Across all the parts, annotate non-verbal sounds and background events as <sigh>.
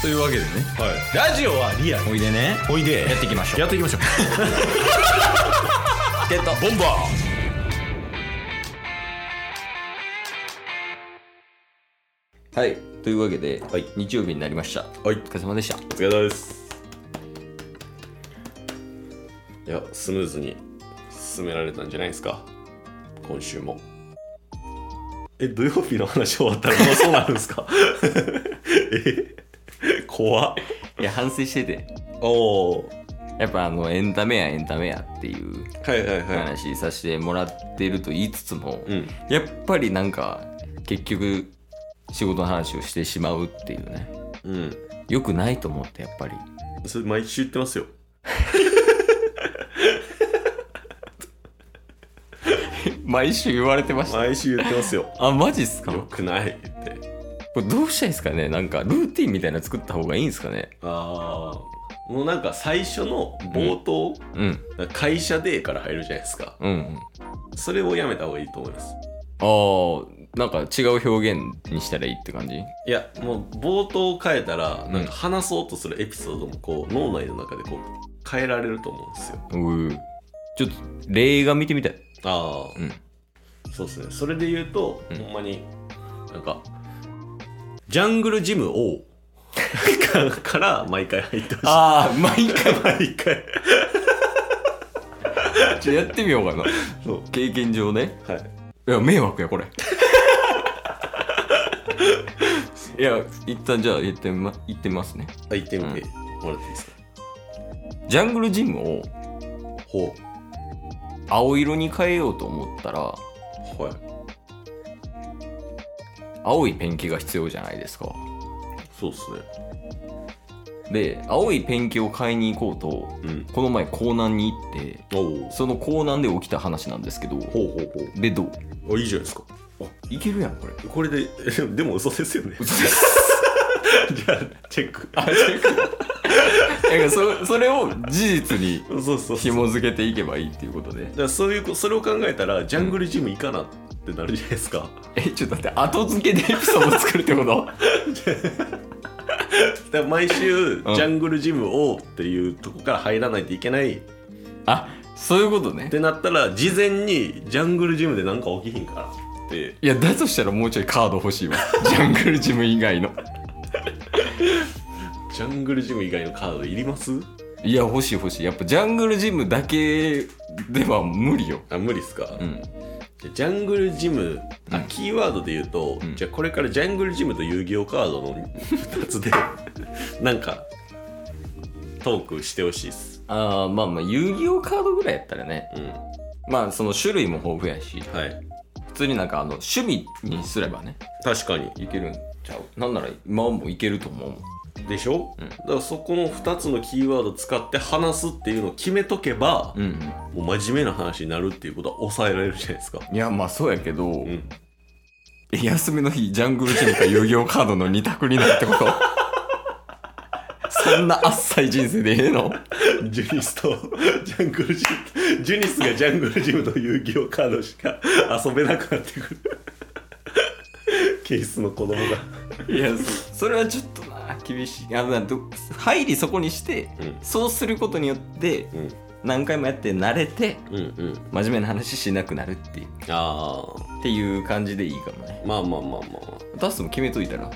というわけでねはい、ラジオはリアルおいでねおいでやっていきましょうやっていきましょうってたボンバはいというわけで、はい日曜日になりましたーはいお疲れ様でしたお疲れ様ですいやスムーズに進められたんじゃないですか今週もえ土曜日の話終わったらもうそうなるんですか <laughs> え怖っいや反省してておおやっぱあのエンタメやエンタメやっていうはいはいはい、話させてもらってると言いつつも、うんやっぱりなんか結局仕事の話をしてしまうっていうねうん良くないと思ってやっぱりそれ毎週言ってますよ毎週言われてま毎週言ってますよあマジっすか <laughs> よくないってこれどうしたらいいんですかねなんかルーティンみたいなの作った方がいいんですかねああもうなんか最初の冒頭、うん会社デーから入るじゃないですかうんうんそれをやめた方がいいと思いますあーなんか違う表現にしたらいいって感じいやもう冒頭を変えたらんなんか話そうとするエピソードもこう脳内の中でこう変えられると思うんですようーちょっと例が見てみたいああうんそうですねそれで言うと、うんほんまになんかジャングルジム王 <laughs> から毎回入ってほしいああ毎回毎回ちょっとやってみようかな <laughs> そう経験上ねはいいや迷惑や <laughs> これいや一旦じゃあ言って,、ま、言ってみますねあ行ってみてもらっていいですか、ジャングルジムをほ青色に変えようと思ったらうはい青いペンキが必要じゃないですかそうですねで青いペンキを買いに行こうとうんこの前港南に行っておおその港南で起きた話なんですけどほうほうでどうほうあいいじゃないですかいけるやん <laughs> これこれで <laughs> えでもでも嘘です <laughs> よねじゃあチェックあ違うかそそれを事実にそうそうそう紐付けていけばいいっていうことでだからそういうこそれを考えたらジャングルジムいいかなってなるじゃないですか、えちょっと待って後付けでエピソード作るってこと <laughs> だから毎週、うんジャングルジムをっていうとこから入らないといけないっあそういうことねてなったら事前にジャングルジムでなんか起きひんからっていやだとしたらもうちょいカード欲しいわジャングルジム以外のジャングルジム以外のカードいりますいや欲しい欲しいやっぱジャングルジムだけでは無理よあ無理っすか、うんじゃあジャングルジムあ、うんキーワードで言うと、うんじゃあこれからジャングルジムと遊戯王カードの2つで <laughs> なんかトークしてほしいっすああまあまあ遊戯王カードぐらいやったらねうんまあその種類も豊富やしはい普通になんかあの趣味にすればね確かにいけるんちゃうなんなら今もいけると思うもんでしょ、うんだからそこの2つのキーワード使って話すっていうのを決めとけば、うんうんもう真面目な話になるっていうことは抑えられるじゃないですかいやまあそうやけど、うん休みの日ジャングルジムか遊戯王カードの二択になるって <laughs> ことそんなあっさい人生でええのジュニスと <laughs> ジャングルジムジュニスがジャングルジムと遊戯王カードしか遊べなくなってくるケースの子供がいやそそれはちょっとな厳しいあなんと入りそこにして、うんそうすることによってうん何回もやって慣れてうんうん真面目な話しなくなるっていうああっていう感じでいいかもねまあまあまあまあタスも決めといたら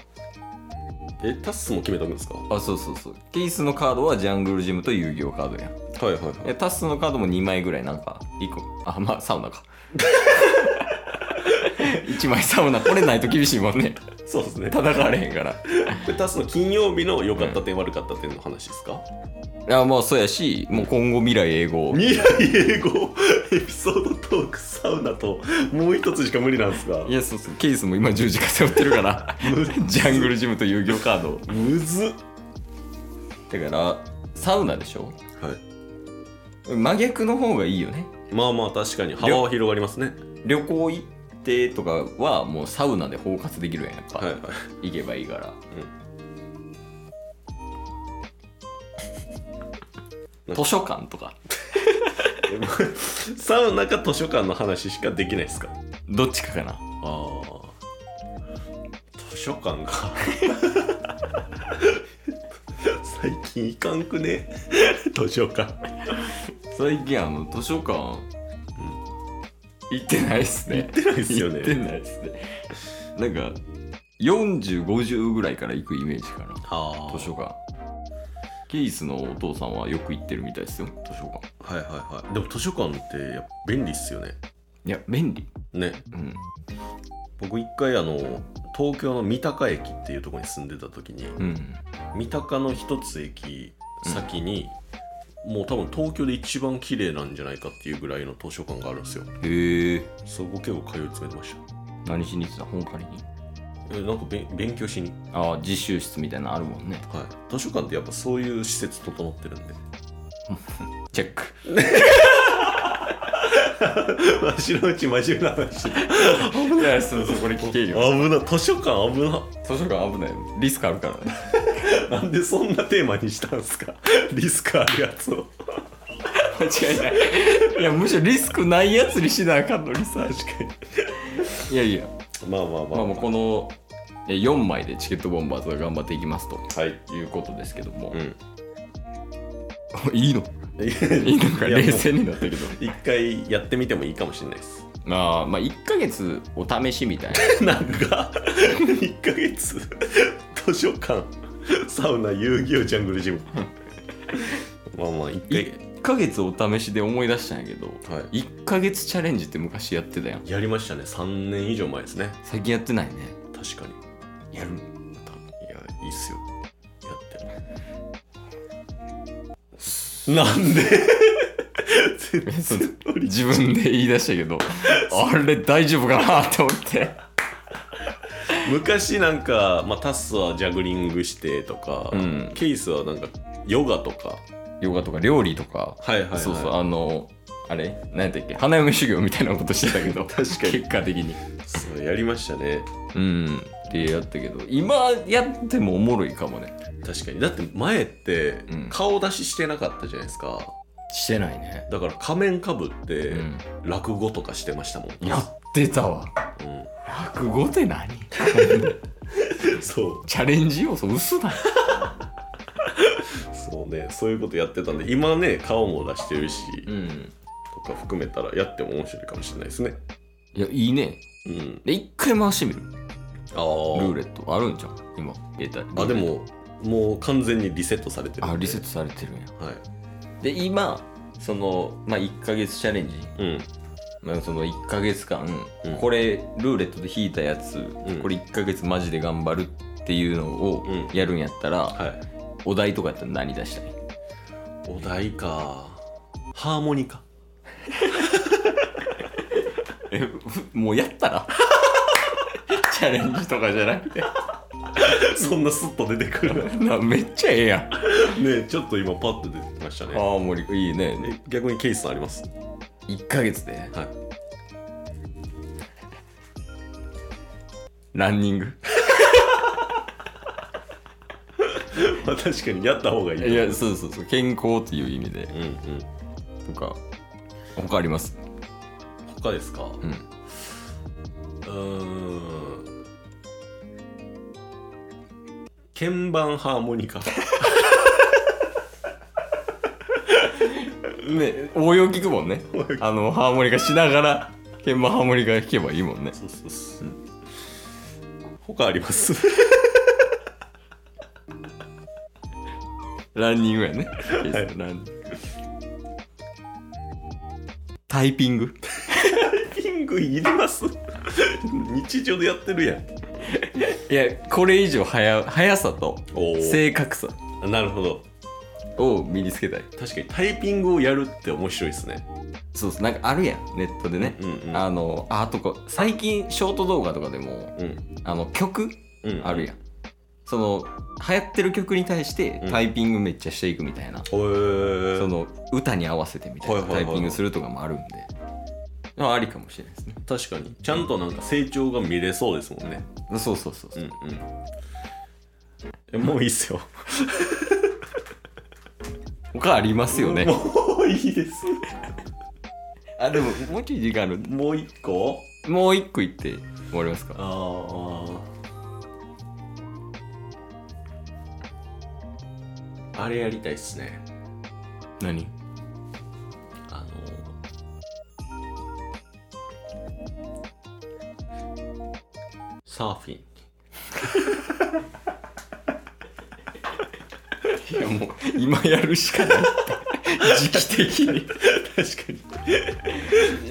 えタッスも決めたんですかはあそうそうそうケースのカードはジャングルジムと遊戯王カードやんいはいはいえタスのカードも2枚ぐらいなんか1個あまあサウナか1枚サウナこれないと厳しいもんねそうですね戦われへんからこれタッスの金曜日の良かった点、悪かった点の話ですかいやまあそうやしもう今後未来英語未来英語エピソードトークサウナともう一つしか無理なんですかいやそうそうケースも今十字架背負ってるから <laughs> ジャングルジムと遊戯王カードむずっだからサウナでしょはい真逆の方がいいよねまあまあ確かに幅は広がりますね旅行行ってとかはもうサウナで包括できるやんやっぱ、はいはい行けばいいから図書館とかサウナか図書館の話しかできないですかどっちかかなあ <laughs> あ図書館か近行かんくね図書館最近あの図書館、行ってないっすね行ってないっすよ行ってねないっすねなんか4050ぐらいから行くイメージかなあ図書館ケイスのお父さんはよく行ってるみたいですよ図書館はいはいはいでも図書館ってやっぱ便利っすよねいや便利ねうん僕一回あの東京の三鷹駅っていうところに住んでた時にうん三鷹の一つ駅先に、もう多分東京で一番綺麗なんじゃないかっていうぐらいの図書館があるんですよへえそこ結構通い詰めてました何しに行ってた本借りにえなんかべん勉強しに、ああ自習室みたいなのあるもんねはい、図書館ってやっぱそういう施設整ってるんでチェック <laughs> わしのうち真面目な話いやそうそうこれ危険危な図書館危な図書館危ないリスクあるからねなんでそんなテーマにしたんすかリスクあるやつを間違いないいやむしろリスクないやつにしなあかんのにさ確かいやいやにまあまあままあ、あもうこのえ4枚でチケットボンバーズが頑張っていきますとはいいうことですけどもう、んいいのいいのかいやもう冷静になったけど一回やってみてもいいかもしれないです <laughs> あーまあ1ヶ月お試しみたいななんか1ヶ月図書館サウナ遊戯王ジャングル <laughs> ジムまあまあ1 1ヶ月お試しで思い出したんやけど回、は1ヶ月チャレンジって昔やってたやんい、やりましたね3年以上前ですね最近やってないね確かにやるいやいいっすよやってなんで <laughs> 全そう然乗り自分で言い出したけどあれ大丈夫かなと思って昔なんか、まあ、タッスはジャグリングしてとか、うんケイスはなんかヨガとかヨガとか料理とかはいはい、そうそうあのあれ何やったっけ花嫁修行みたいなことしてたけど <laughs> 確かに結果的にそうやりましたねうんってやったけど今やってもおもろいかもね確かにだって前ってうん顔出ししてなかったじゃないですか、してないねだから仮面かぶってうん落語とかしてましたもん、やってたわう落語って <laughs> 何ん、そうチャレンジ要素薄だそうねそういうことやってたんで今ね顔も出してるし、うんとか含めたらやっても面白いかもしれないですねいやいいねうんで一回回してみるあルーーレットあるんじゃん今携帯あでももう完全にリセットされてるんであリセットされてるんやはいで今そのまあ1ヶ月チャレンジうんまあ、その1ヶ月間、うんこれルーレットで引いたやつ、んこれ1ヶ月マジで頑張るっていうのをうんやるんやったら、はいお題とかやったら何出したいお題かハーモニカえ <laughs> もうやった <laughs> らチャレンジとかじゃなくてそんなスッと出てくる <laughs> ね <laughs> なめっちゃええやんあちょっと今パッと出てきましたねあ森いいねえ逆にケイスさんあります1ヶ月ではいランニングまあ <laughs> 確かにやった方がいいいやそうそうそう健康っていう意味でうんうんとか他あります他ですかうんうーん鍵盤ハーモニカね応用聞くもんね応用聞くあのハーモニカしながら鍵盤ハーモニカ弾けばいいもんねそうそうそう他ありますランニングやね。ランタイピング。ピングいります日常でやってるやんいや、これ以上速速さとおー正確さなるほどを身につけたい。確かにタイピングをやるって面白いですねそうそう、なんかあるやん、ネットでね。うんうんあの、あとか、最近ショート動画とかでも、うんあの、曲うんあるやん。その、流行ってる曲に対してうんタイピングめっちゃしていくみたいな。へーその、歌に合わせてみたいはないはいはタいイピングするとかもあるんで。あありかもしれないですね。確かにちゃんとなんか成長が見れそうですもんねそうそうそうそう。うんうんもういいっすよ他ありますよね。もういい <laughs> ですあ、でも、もうちょい時間ある。もう一個もう一個言って終わりますかあああれやりたいっすね何あのサーフィン <laughs> いやもう今やるしかない時期的に確か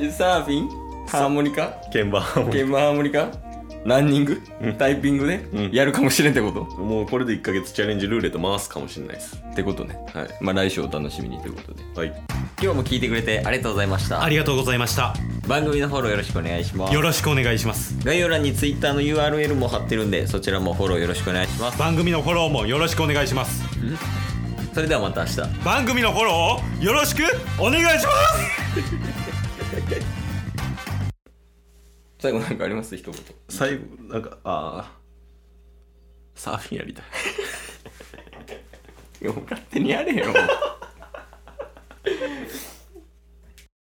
にサーフィンハーモニカ鍵盤鍵盤ハーモニカランニング、タイピングでうんやるかもしれんってこと、もうこれで1ヶ月チャレンジルーレット回すかもしれないですってことねはいまあ来週お楽しみにということではい今日も聞いてくれてありがとうございましたありがとうございました番組のフォローよろしくお願いしますよろしくお願いします概要欄に Twitter の URL も貼ってるんでそちらもフォローよろしくお願いします番組のフォローもよろしくお願いしますそれではまた明日番組のフォローをよろしくお願いします最後なんかあります一言最後なんかああサーフィンやりたいいやもう勝手にやれよ